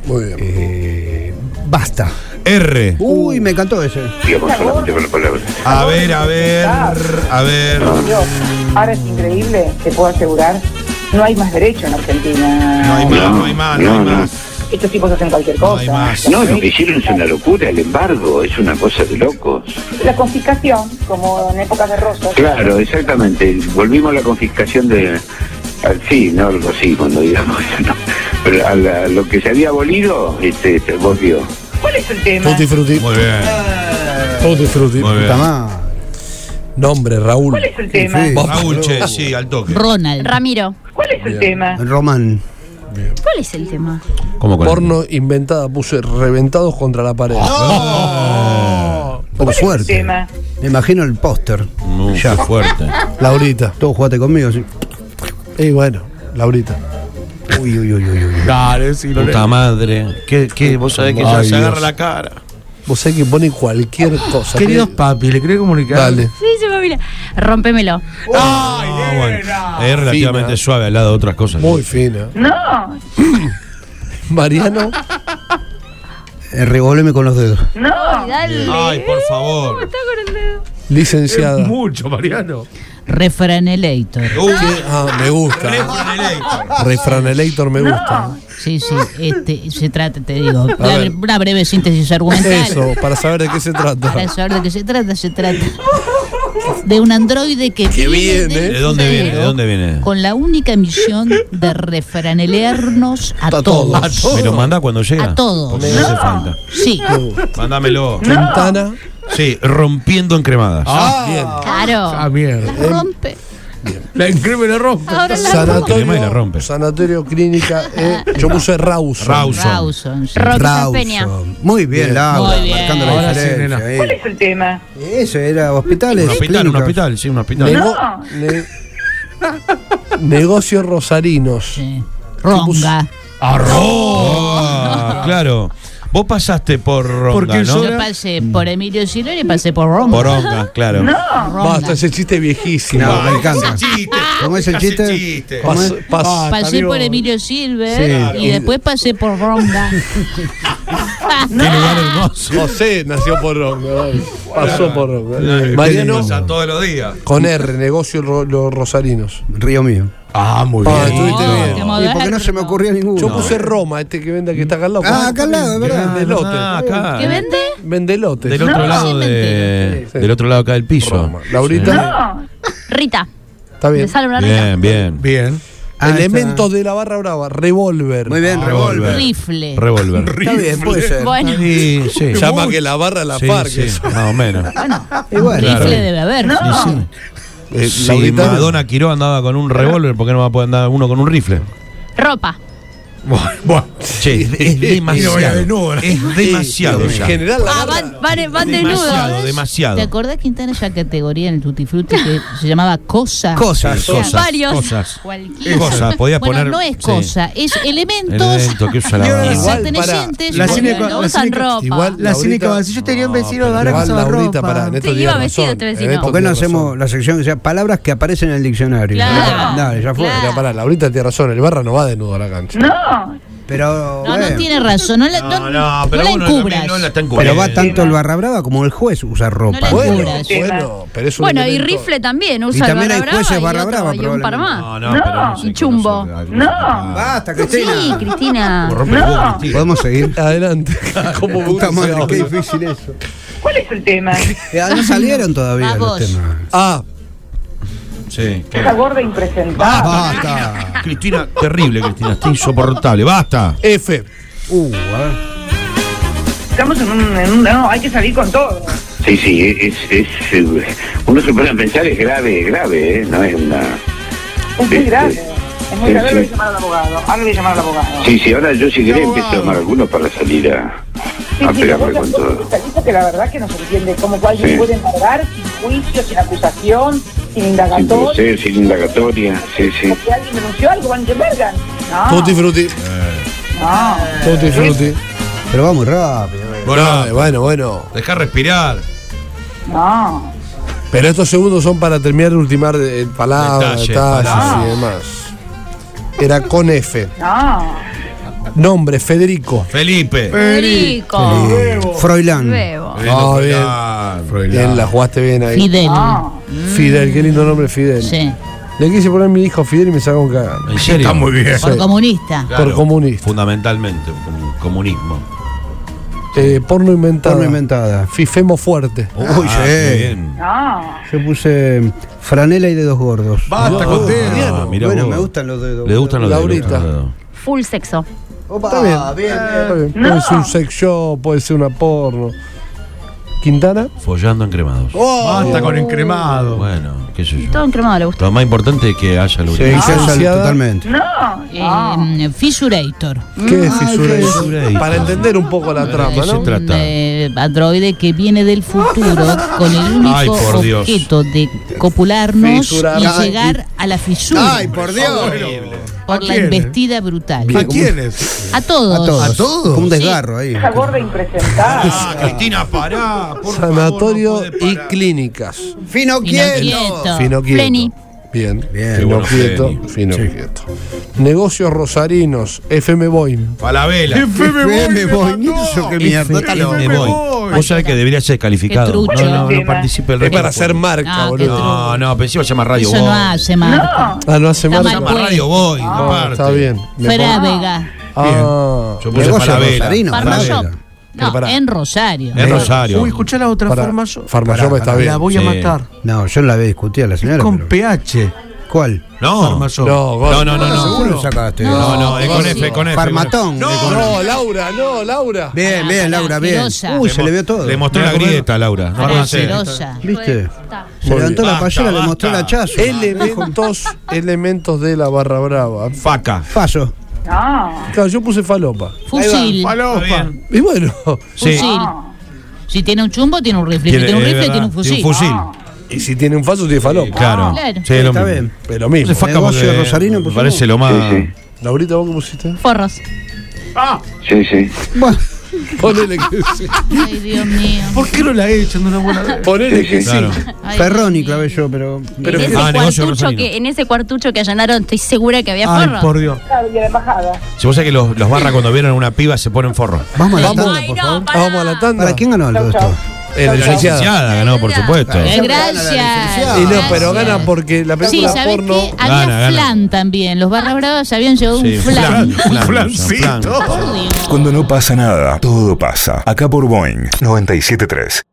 [SPEAKER 3] Muy bien.
[SPEAKER 9] Eh, basta.
[SPEAKER 7] R.
[SPEAKER 9] Uy, me encantó ese.
[SPEAKER 2] digamos solamente con la palabra.
[SPEAKER 7] A ver, a ver, a ver.
[SPEAKER 6] Dios, ahora es increíble, te puedo asegurar, no hay más derecho en Argentina.
[SPEAKER 7] No hay más, no hay más, no hay
[SPEAKER 2] no,
[SPEAKER 7] más.
[SPEAKER 6] estos tipos hacen cualquier
[SPEAKER 8] No hay
[SPEAKER 6] cosa.
[SPEAKER 8] más.
[SPEAKER 2] No, lo que hicieron es una locura, el embargo es una cosa de locos.
[SPEAKER 6] La confiscación, como en épocas de Rosas.
[SPEAKER 2] Claro, exactamente. Volvimos a la confiscación de. Al, sí, no algo así, cuando digamos eso, no. Pero a la- lo que se había abolido, este, se volvió.
[SPEAKER 6] ¿Cuál es el tema?
[SPEAKER 3] Tutti frutti.
[SPEAKER 7] Muy bien.
[SPEAKER 3] Tutti frutti.
[SPEAKER 7] Muy bien.
[SPEAKER 9] Puta madre.
[SPEAKER 3] Nombre, Raúl.
[SPEAKER 6] ¿Cuál es el tema?
[SPEAKER 9] Sí.
[SPEAKER 3] Vos-
[SPEAKER 7] Raúl, Ah, che, sí, al toque.
[SPEAKER 5] Ronald.
[SPEAKER 4] Ramiro,
[SPEAKER 6] ¿Cuál es el tema?
[SPEAKER 9] Román.
[SPEAKER 4] ¿cuál es el tema?
[SPEAKER 7] ¿Cómo con
[SPEAKER 3] Porno inventada, puse reventados contra la pared.
[SPEAKER 9] Por
[SPEAKER 6] El
[SPEAKER 9] suerte.
[SPEAKER 6] tema.
[SPEAKER 9] Me imagino el póster.
[SPEAKER 7] Uh, qué fuerte.
[SPEAKER 3] Laurita.
[SPEAKER 9] Todo jugate conmigo. sí.
[SPEAKER 3] Y bueno, Laurita.
[SPEAKER 9] Uy, uy, uy, uy, uy.
[SPEAKER 8] Claro, sí, lo
[SPEAKER 7] Puta madre. ¿Qué, qué? Vos sabés que ya
[SPEAKER 3] Ay,
[SPEAKER 7] se
[SPEAKER 3] Dios.
[SPEAKER 7] agarra la cara.
[SPEAKER 3] Vos sabés que pone cualquier cosa.
[SPEAKER 8] Queridos papi, le quería comunicar.
[SPEAKER 3] Dale.
[SPEAKER 4] Sí, se me mira. Rompémelo.
[SPEAKER 7] Ay, Ah, Es relativamente
[SPEAKER 3] Fina.
[SPEAKER 7] suave al lado de otras cosas.
[SPEAKER 3] Muy fina.
[SPEAKER 6] No,
[SPEAKER 3] Mariano.
[SPEAKER 9] Eh, Revolveme con los dedos.
[SPEAKER 6] no.
[SPEAKER 4] Dale.
[SPEAKER 7] Ay, por favor.
[SPEAKER 3] Licenciada.
[SPEAKER 8] Mucho, Mariano.
[SPEAKER 5] Refranelator.
[SPEAKER 7] Uh,
[SPEAKER 3] Ah, me gusta. Refranelector me gusta.
[SPEAKER 5] Sí, sí, este, se trata, te digo,
[SPEAKER 3] A
[SPEAKER 5] una,
[SPEAKER 3] ver.
[SPEAKER 5] una breve síntesis argumental.
[SPEAKER 3] Eso, para saber de qué se
[SPEAKER 5] Para
[SPEAKER 3] trata.
[SPEAKER 5] saber de qué se trata, se trata de un androide que
[SPEAKER 3] Qué bien,
[SPEAKER 5] del
[SPEAKER 7] ¿De dónde
[SPEAKER 5] cielo
[SPEAKER 7] viene? ¿De dónde viene?
[SPEAKER 5] Con la única misión de refranelearnos a,
[SPEAKER 3] A todos.
[SPEAKER 5] todos.
[SPEAKER 3] A todos.
[SPEAKER 7] ¿Me lo manda cuando llega?
[SPEAKER 5] A todos.
[SPEAKER 7] Porque no hace falta.
[SPEAKER 5] Sí.
[SPEAKER 7] Mándamelo.
[SPEAKER 3] Quintana.
[SPEAKER 7] Sí, rompiendo encremadas.
[SPEAKER 3] Ah,
[SPEAKER 4] Claro.
[SPEAKER 8] Ah, mierda.
[SPEAKER 5] Rompe.
[SPEAKER 8] La encreme la rompe.
[SPEAKER 5] Ahora
[SPEAKER 3] bien.
[SPEAKER 5] la
[SPEAKER 7] Crema y la rompe.
[SPEAKER 3] Sanatorio, sanatorio clínica. eh, yo puse Raus.
[SPEAKER 7] Raus.
[SPEAKER 5] Rawson, sí.
[SPEAKER 4] Roxana
[SPEAKER 9] Rawson.
[SPEAKER 4] Peña.
[SPEAKER 9] Muy bien, Laura.
[SPEAKER 5] Muy bien.
[SPEAKER 9] Marcando la
[SPEAKER 8] Ahora sí,
[SPEAKER 9] diferencia.
[SPEAKER 8] nena.
[SPEAKER 9] eh.
[SPEAKER 6] ¿Cuál es el tema?
[SPEAKER 9] Eso era hospitales.
[SPEAKER 7] Un hospital, un
[SPEAKER 9] clínicas.
[SPEAKER 7] hospital, sí, un hospital.
[SPEAKER 3] Nego- ne- Negocios rosarinos.
[SPEAKER 5] Sí. Ronga.
[SPEAKER 7] ¡Arroz! Ah, Claro. Vos pasaste por Ronda,
[SPEAKER 8] Porque
[SPEAKER 7] ¿no?
[SPEAKER 8] yo-
[SPEAKER 5] Yo pasé por Emilio Silori y pasé por Ronga.
[SPEAKER 7] Por Ronda, claro. Ah,
[SPEAKER 5] Ronga.
[SPEAKER 3] Basta, ese chiste viejísimo.
[SPEAKER 9] No, me encanta.
[SPEAKER 7] Chiste.
[SPEAKER 9] ¿Cómo es el
[SPEAKER 7] Casi
[SPEAKER 9] chiste?
[SPEAKER 7] chiste.
[SPEAKER 9] ¿Cómo es?
[SPEAKER 3] Pas- pas-
[SPEAKER 5] Pasé por Emilio Silver
[SPEAKER 9] Sí.
[SPEAKER 5] y después pasé por Ronda.
[SPEAKER 7] Qué lugar hermoso.
[SPEAKER 3] José nació por Ronda. Pasó por Ronda.
[SPEAKER 7] Eh, Qué
[SPEAKER 3] Mariano
[SPEAKER 7] cosa todos los días.
[SPEAKER 3] con R, negocios ro- los rosarinos.
[SPEAKER 9] Río mío.
[SPEAKER 8] Ah, muy
[SPEAKER 3] Ah,
[SPEAKER 8] bien.
[SPEAKER 3] estuviste
[SPEAKER 5] No,
[SPEAKER 3] bien.
[SPEAKER 5] qué
[SPEAKER 9] Y porque no
[SPEAKER 5] moderno.
[SPEAKER 9] se me ocurrió ninguno.
[SPEAKER 3] Yo puse Roma, este que vende que está acá al lado.
[SPEAKER 9] Ah, acá al lado, ¿verdad?
[SPEAKER 3] Vende
[SPEAKER 7] Ah,
[SPEAKER 3] elote.
[SPEAKER 7] acá.
[SPEAKER 5] ¿Qué vende?
[SPEAKER 3] Vende elote.
[SPEAKER 7] Del otro
[SPEAKER 5] No,
[SPEAKER 7] lado
[SPEAKER 5] sí,
[SPEAKER 7] de,
[SPEAKER 5] mentira.
[SPEAKER 3] Sí.
[SPEAKER 7] Del otro lado acá del piso.
[SPEAKER 3] Roma. Laurita,
[SPEAKER 4] Rita.
[SPEAKER 3] está
[SPEAKER 4] Me
[SPEAKER 3] bien.
[SPEAKER 4] sale una Rita.
[SPEAKER 7] Bien, bien.
[SPEAKER 8] Bien.
[SPEAKER 9] Ah, está.
[SPEAKER 3] Elementos de la barra brava, revólver.
[SPEAKER 9] Muy
[SPEAKER 7] Ah,
[SPEAKER 9] bien, revólver.
[SPEAKER 5] Rifle.
[SPEAKER 7] Revolver.
[SPEAKER 9] Está bien, puede ser.
[SPEAKER 4] Bueno,
[SPEAKER 7] Sí, sí.
[SPEAKER 3] Llama que la barra la
[SPEAKER 7] Sí,
[SPEAKER 3] parque.
[SPEAKER 7] sí, más o menos.
[SPEAKER 9] Igual.
[SPEAKER 7] Claro.
[SPEAKER 5] Rifle debe haber.
[SPEAKER 7] Sí,
[SPEAKER 3] Eh,
[SPEAKER 7] sí. Si
[SPEAKER 3] Laurita,
[SPEAKER 7] Madonna Quiró andaba con un revólver, ¿por qué no va a poder andar uno con un rifle?
[SPEAKER 4] ropa.
[SPEAKER 7] Bueno, che, es demasiado. Es demasiado
[SPEAKER 3] en
[SPEAKER 7] ya.
[SPEAKER 3] general, la
[SPEAKER 4] Ah,
[SPEAKER 3] barra-
[SPEAKER 4] van, van, van
[SPEAKER 7] Demasiado,
[SPEAKER 4] desnudos.
[SPEAKER 7] demasiado.
[SPEAKER 5] ¿Te acordás, Quintana, esa categoría en el Tutti Frutti que se llamaba cosa?
[SPEAKER 9] Cosas.
[SPEAKER 4] Cosas, varios.
[SPEAKER 7] cosas.
[SPEAKER 4] Cualquiera.
[SPEAKER 7] Cosas, podías
[SPEAKER 5] bueno,
[SPEAKER 7] poner-
[SPEAKER 5] no es
[SPEAKER 7] sí.
[SPEAKER 5] cosa, es elementos
[SPEAKER 7] Elemento que usa la
[SPEAKER 8] Igual,
[SPEAKER 7] banda.
[SPEAKER 3] Igual,
[SPEAKER 5] pertenecientes.
[SPEAKER 8] pará, la
[SPEAKER 5] porque
[SPEAKER 8] cine-
[SPEAKER 5] no
[SPEAKER 8] la
[SPEAKER 5] usan
[SPEAKER 8] cine-
[SPEAKER 5] ropa.
[SPEAKER 3] igual-
[SPEAKER 8] La cine
[SPEAKER 3] Laurita-
[SPEAKER 8] que va a decir, yo tenía un vecino de ahora que
[SPEAKER 3] Igual,
[SPEAKER 8] usaba
[SPEAKER 3] Laurita,
[SPEAKER 8] ropa.
[SPEAKER 3] pará, en esto
[SPEAKER 4] Sí,
[SPEAKER 3] tiene
[SPEAKER 4] iba vestido,
[SPEAKER 3] razón,
[SPEAKER 4] te voy a decir,
[SPEAKER 3] en esto
[SPEAKER 4] no.
[SPEAKER 9] ¿Por qué no
[SPEAKER 3] tiene
[SPEAKER 9] hacemos
[SPEAKER 3] razón.
[SPEAKER 9] la sección que sea palabras que aparecen en el diccionario?
[SPEAKER 5] Claro.
[SPEAKER 9] Dale, ya fue.
[SPEAKER 4] Ah.
[SPEAKER 5] Claro.
[SPEAKER 3] Pero pará, Laurita tiene razón, el barra no va desnudo a la cancha.
[SPEAKER 9] Pero,
[SPEAKER 5] No,
[SPEAKER 9] bueno,
[SPEAKER 5] no tiene razón. No la, no, no la
[SPEAKER 7] bueno,
[SPEAKER 5] encubras.
[SPEAKER 7] no la están
[SPEAKER 9] pero va tanto el barra brava como el juez usa ropa.
[SPEAKER 5] No la
[SPEAKER 3] Bueno,
[SPEAKER 5] Figuras.
[SPEAKER 3] bueno, pero es un
[SPEAKER 4] Bueno, y
[SPEAKER 3] elemento-
[SPEAKER 4] rifle también.
[SPEAKER 9] Y
[SPEAKER 4] Usa el
[SPEAKER 9] también
[SPEAKER 4] barra
[SPEAKER 9] hay
[SPEAKER 4] brava
[SPEAKER 9] jueces
[SPEAKER 4] y,
[SPEAKER 9] barra
[SPEAKER 4] otro-
[SPEAKER 9] brava,
[SPEAKER 4] y un par más.
[SPEAKER 7] No, no, pero no sé,
[SPEAKER 4] y chumbo.
[SPEAKER 7] conoce- Ah.
[SPEAKER 9] Basta,
[SPEAKER 4] Sí,
[SPEAKER 9] Cristina.
[SPEAKER 4] Cristina.
[SPEAKER 7] Rompe el huevo, Cristina.
[SPEAKER 9] Podemos seguir.
[SPEAKER 3] Adelante. ¿Cómo me gusta
[SPEAKER 9] Puta
[SPEAKER 3] ese
[SPEAKER 9] madre, qué
[SPEAKER 3] audio?
[SPEAKER 9] difícil eso.
[SPEAKER 6] ¿Cuál es el tema?
[SPEAKER 9] Eh, No salieron todavía los
[SPEAKER 5] Vamos.
[SPEAKER 9] temas.
[SPEAKER 3] Ah,
[SPEAKER 7] Sí. Ah,
[SPEAKER 6] Esa gorda impresentable.
[SPEAKER 9] Basta.
[SPEAKER 7] Cristina, terrible, Cristina, está insoportable. Basta.
[SPEAKER 3] F.
[SPEAKER 9] Uh, a ver.
[SPEAKER 6] Estamos en un, en un- No, hay que salir con todo.
[SPEAKER 2] Sí, sí, es, es, eh, uno se pone a pensar, es grave, es grave, ¿eh? No es una...
[SPEAKER 6] Es muy
[SPEAKER 2] Este,
[SPEAKER 6] grave. Es muy grave. Ahora
[SPEAKER 2] sí.
[SPEAKER 6] le voy a llamar al abogado. Ahora le voy a llamar al abogado.
[SPEAKER 2] Sí, sí, ahora yo si querés empiezo a tomar algunos para salir a,
[SPEAKER 6] Sí,
[SPEAKER 2] a
[SPEAKER 6] sí, la
[SPEAKER 2] pegarme
[SPEAKER 6] cosa
[SPEAKER 2] con
[SPEAKER 6] es
[SPEAKER 2] todo.
[SPEAKER 6] que dice que la verdad que no se entiende cómo que alguien
[SPEAKER 2] Sí.
[SPEAKER 6] puede embargar sin juicio, sin acusación, sin
[SPEAKER 2] Sin
[SPEAKER 6] indagatoria.
[SPEAKER 2] conocer, sin indagatoria, sí, sí.
[SPEAKER 6] Porque alguien denunció algo, van y te embargan. No,
[SPEAKER 4] Ah.
[SPEAKER 3] Tutti frutti.
[SPEAKER 6] no.
[SPEAKER 3] Tutti frutti.
[SPEAKER 9] Pero vamos rápido.
[SPEAKER 3] Bueno, bueno, bueno.
[SPEAKER 7] Deja respirar.
[SPEAKER 6] No,
[SPEAKER 3] Pero estos segundos son para terminar de ultimar eh, palabras,
[SPEAKER 7] Detalles,
[SPEAKER 3] detalles,
[SPEAKER 7] palabras.
[SPEAKER 3] y demás. Era con F.
[SPEAKER 6] no.
[SPEAKER 3] Nombre, Federico.
[SPEAKER 7] Felipe.
[SPEAKER 4] Federico.
[SPEAKER 9] Eh, Froilán.
[SPEAKER 4] Bebo.
[SPEAKER 3] Ah, bien.
[SPEAKER 7] Froilán, Froilán.
[SPEAKER 3] Bien, la jugaste bien ahí.
[SPEAKER 5] Fidel.
[SPEAKER 6] No.
[SPEAKER 3] Fidel, qué lindo nombre Fidel.
[SPEAKER 5] Sí.
[SPEAKER 3] Le quise poner a mi hijo Fidel y me sacó un cagado.
[SPEAKER 7] ¿En serio?
[SPEAKER 3] Está muy bien.
[SPEAKER 5] Por comunista.
[SPEAKER 7] Claro.
[SPEAKER 3] Por comunista.
[SPEAKER 7] Fundamentalmente, com- comunismo.
[SPEAKER 3] Eh, porno inventado.
[SPEAKER 9] Forma inventada.
[SPEAKER 3] Fifemo fuerte.
[SPEAKER 7] Uy,
[SPEAKER 9] sí. Yo puse em, franela y dedos gordos.
[SPEAKER 7] Basta,
[SPEAKER 3] Mariano.
[SPEAKER 9] bueno, me gustan los dedos.
[SPEAKER 7] Ah, Le gustan los de-
[SPEAKER 3] Laurita.
[SPEAKER 7] los de-
[SPEAKER 4] Full sexo.
[SPEAKER 9] Opa,
[SPEAKER 3] Está bien.
[SPEAKER 9] Ah, bien, bien.
[SPEAKER 3] Está bien. Puede ser un sex shop, puede ser una porno. Quintana.
[SPEAKER 7] Follando en cremados.
[SPEAKER 8] Basta con
[SPEAKER 3] Oh.
[SPEAKER 8] encremado.
[SPEAKER 7] Bueno, qué sé yo.
[SPEAKER 4] Todo encremado le gusta.
[SPEAKER 7] Lo más importante es que haya Ah,
[SPEAKER 9] Sí,
[SPEAKER 7] lubricación.
[SPEAKER 9] sí, sí,
[SPEAKER 3] Asociada.
[SPEAKER 9] totalmente.
[SPEAKER 5] Eh, Fissurator.
[SPEAKER 3] ¿Qué es
[SPEAKER 9] Ay,
[SPEAKER 3] fisura
[SPEAKER 9] qué
[SPEAKER 3] eso?
[SPEAKER 7] fisura.
[SPEAKER 3] Para entender un poco la trampa,
[SPEAKER 7] ¿De qué
[SPEAKER 3] ¿no?
[SPEAKER 7] se trata?
[SPEAKER 5] eh, androide que viene del futuro con el único
[SPEAKER 7] Ay, por Dios.
[SPEAKER 5] objeto de copularnos
[SPEAKER 3] Fisurar.
[SPEAKER 5] y
[SPEAKER 9] Ay,
[SPEAKER 5] llegar a la fisura
[SPEAKER 9] por Dios.
[SPEAKER 5] por
[SPEAKER 8] ¿A
[SPEAKER 5] la
[SPEAKER 8] quién?
[SPEAKER 5] embestida brutal.
[SPEAKER 8] ¿A quiénes?
[SPEAKER 5] A todos.
[SPEAKER 9] A todos.
[SPEAKER 8] ¿A todos?
[SPEAKER 9] Un desgarro ahí.
[SPEAKER 6] Esa gorda impresentable.
[SPEAKER 7] Ah, Cristina, pará. por favor,
[SPEAKER 3] Sanatorio
[SPEAKER 7] no puede
[SPEAKER 3] y
[SPEAKER 7] parar.
[SPEAKER 3] clínicas.
[SPEAKER 5] Y
[SPEAKER 9] Fino
[SPEAKER 5] no
[SPEAKER 9] quieto.
[SPEAKER 5] quieto.
[SPEAKER 3] Fino quieto.
[SPEAKER 4] Pleni.
[SPEAKER 3] Bien.
[SPEAKER 9] Bien.
[SPEAKER 7] Qué
[SPEAKER 3] Fino
[SPEAKER 7] bueno,
[SPEAKER 3] quieto.
[SPEAKER 7] Pleni.
[SPEAKER 3] Fino quieto. Negocios rosarinos. FM Boim.
[SPEAKER 7] Falabella.
[SPEAKER 9] Me voy, eso qué mierda. está loco.
[SPEAKER 7] Me voy. Vos sabés que debería ser
[SPEAKER 5] Qué
[SPEAKER 7] calificado.
[SPEAKER 5] trucho.
[SPEAKER 7] No, no, no participe el
[SPEAKER 3] Es para
[SPEAKER 7] resto.
[SPEAKER 3] hacer marca,
[SPEAKER 5] Ah, qué
[SPEAKER 3] boludo.
[SPEAKER 7] No, no, pero encima se llama Radio
[SPEAKER 5] Eso
[SPEAKER 7] Boy.
[SPEAKER 5] no hace Marco.
[SPEAKER 3] Ah, no hace
[SPEAKER 5] Está
[SPEAKER 3] marca.
[SPEAKER 5] mal
[SPEAKER 7] Llama Radio Boy,
[SPEAKER 3] Ah,
[SPEAKER 7] aparte.
[SPEAKER 3] está bien. Me
[SPEAKER 5] Fuera
[SPEAKER 3] pongo-
[SPEAKER 5] Vega.
[SPEAKER 3] Ah,
[SPEAKER 7] Yo puse
[SPEAKER 9] Negocio
[SPEAKER 7] Falabella.
[SPEAKER 9] rosarino,
[SPEAKER 5] Parma
[SPEAKER 9] Falabella.
[SPEAKER 5] Shop.
[SPEAKER 3] Pero
[SPEAKER 5] No,
[SPEAKER 3] pará.
[SPEAKER 5] en Rosario.
[SPEAKER 7] Es Rosario.
[SPEAKER 10] Uy, escuchá la otra
[SPEAKER 3] para-
[SPEAKER 10] forma. yo-
[SPEAKER 3] Farmashop
[SPEAKER 9] Pará,
[SPEAKER 3] está
[SPEAKER 9] pará,
[SPEAKER 10] La
[SPEAKER 3] bien.
[SPEAKER 10] voy a
[SPEAKER 7] Sí.
[SPEAKER 10] matar.
[SPEAKER 9] No, yo la había discutido a la señora.
[SPEAKER 10] Con
[SPEAKER 9] pero-
[SPEAKER 10] PH.
[SPEAKER 9] ¿Cuál?
[SPEAKER 7] No. No,
[SPEAKER 10] Farmashop.
[SPEAKER 7] no, no, no.
[SPEAKER 9] ¿Seguro lo sacaste?
[SPEAKER 7] No, no, es con F, con F.
[SPEAKER 9] Farmatón.
[SPEAKER 7] No,
[SPEAKER 9] Le-
[SPEAKER 3] No, Laura, no, Laura.
[SPEAKER 9] Bien, bien, Laura, bien.
[SPEAKER 5] Asquerosa.
[SPEAKER 9] Uy, se le vio todo.
[SPEAKER 7] Le mostró la grieta, Laura.
[SPEAKER 5] Ah, Eh,
[SPEAKER 7] No lo hace.
[SPEAKER 5] Asquerosa.
[SPEAKER 9] ¿Viste? Se
[SPEAKER 3] Muy
[SPEAKER 9] levantó
[SPEAKER 7] bien.
[SPEAKER 9] la
[SPEAKER 7] Basta,
[SPEAKER 9] payera, le
[SPEAKER 7] basta.
[SPEAKER 9] mostró el hachazo.
[SPEAKER 3] Elementos, elementos de la barra brava.
[SPEAKER 7] Faca.
[SPEAKER 9] Fallo.
[SPEAKER 3] Claro, yo puse falopa.
[SPEAKER 5] Fusil.
[SPEAKER 7] Está bien.
[SPEAKER 3] Y bueno,
[SPEAKER 7] Sí.
[SPEAKER 5] Fusil. Si tiene un chumbo, tiene un rifle. si
[SPEAKER 7] Tiene-
[SPEAKER 5] tiene un
[SPEAKER 7] es
[SPEAKER 5] rifle,
[SPEAKER 7] verdad,
[SPEAKER 5] tiene un fusil.
[SPEAKER 7] Tiene un fusil.
[SPEAKER 3] y si tiene un falso, tiene falopa.
[SPEAKER 7] Claro.
[SPEAKER 5] Claro.
[SPEAKER 7] Sí, lo
[SPEAKER 9] Está
[SPEAKER 7] mismo.
[SPEAKER 9] bien.
[SPEAKER 3] Pero lo mismo.
[SPEAKER 7] Entonces, faca
[SPEAKER 9] Negocio
[SPEAKER 7] porque
[SPEAKER 9] rosarino,
[SPEAKER 7] me
[SPEAKER 9] pusimos.
[SPEAKER 7] Parece lo más.
[SPEAKER 2] Sí,
[SPEAKER 3] Laurita, ¿vos qué pusiste?
[SPEAKER 4] Forros.
[SPEAKER 2] sí, sí.
[SPEAKER 9] Bueno,
[SPEAKER 3] Ponele que sí.
[SPEAKER 5] Ay, Dios mío.
[SPEAKER 10] ¿Por qué no la echan de una buena vez?
[SPEAKER 3] Ponele que sí.
[SPEAKER 7] Claro.
[SPEAKER 5] Ay,
[SPEAKER 9] Ferroni
[SPEAKER 5] Dios mío.
[SPEAKER 9] clave yo, pero.
[SPEAKER 3] Pero
[SPEAKER 4] en, ese
[SPEAKER 7] Ah, negocio
[SPEAKER 4] cuartucho
[SPEAKER 7] rosarino.
[SPEAKER 4] que, en ese cuartucho que allanaron, estoy segura que
[SPEAKER 3] Ah,
[SPEAKER 4] había
[SPEAKER 10] Ay,
[SPEAKER 4] forros.
[SPEAKER 10] por Dios.
[SPEAKER 7] Si vos sabés que los, los barras cuando vieron a una piba se ponen forro.
[SPEAKER 9] Vamos a la
[SPEAKER 3] Vamos.
[SPEAKER 9] tanda,
[SPEAKER 4] Ay,
[SPEAKER 9] por
[SPEAKER 4] no,
[SPEAKER 9] favor.
[SPEAKER 4] pará.
[SPEAKER 3] Vamos a la tanda.
[SPEAKER 9] ¿Para quién ganó algo de esto?
[SPEAKER 3] Eh, la licenciada.
[SPEAKER 7] Licenciada ganó, por supuesto.
[SPEAKER 5] Eh,
[SPEAKER 9] Siempre gana la
[SPEAKER 5] Gracias.
[SPEAKER 9] licenciada.
[SPEAKER 3] Y no,
[SPEAKER 5] gracias.
[SPEAKER 3] pero gana porque la
[SPEAKER 5] Sí,
[SPEAKER 3] película
[SPEAKER 5] ¿sabés
[SPEAKER 3] porno.
[SPEAKER 5] qué? Había
[SPEAKER 7] Gana, gana.
[SPEAKER 5] flan también. Los barra bravas habían llevado
[SPEAKER 7] Sí,
[SPEAKER 5] un flan.
[SPEAKER 7] flan, flan.
[SPEAKER 5] Por Dios.
[SPEAKER 1] Cuando no pasa nada, todo pasa. Acá por Boeing 973.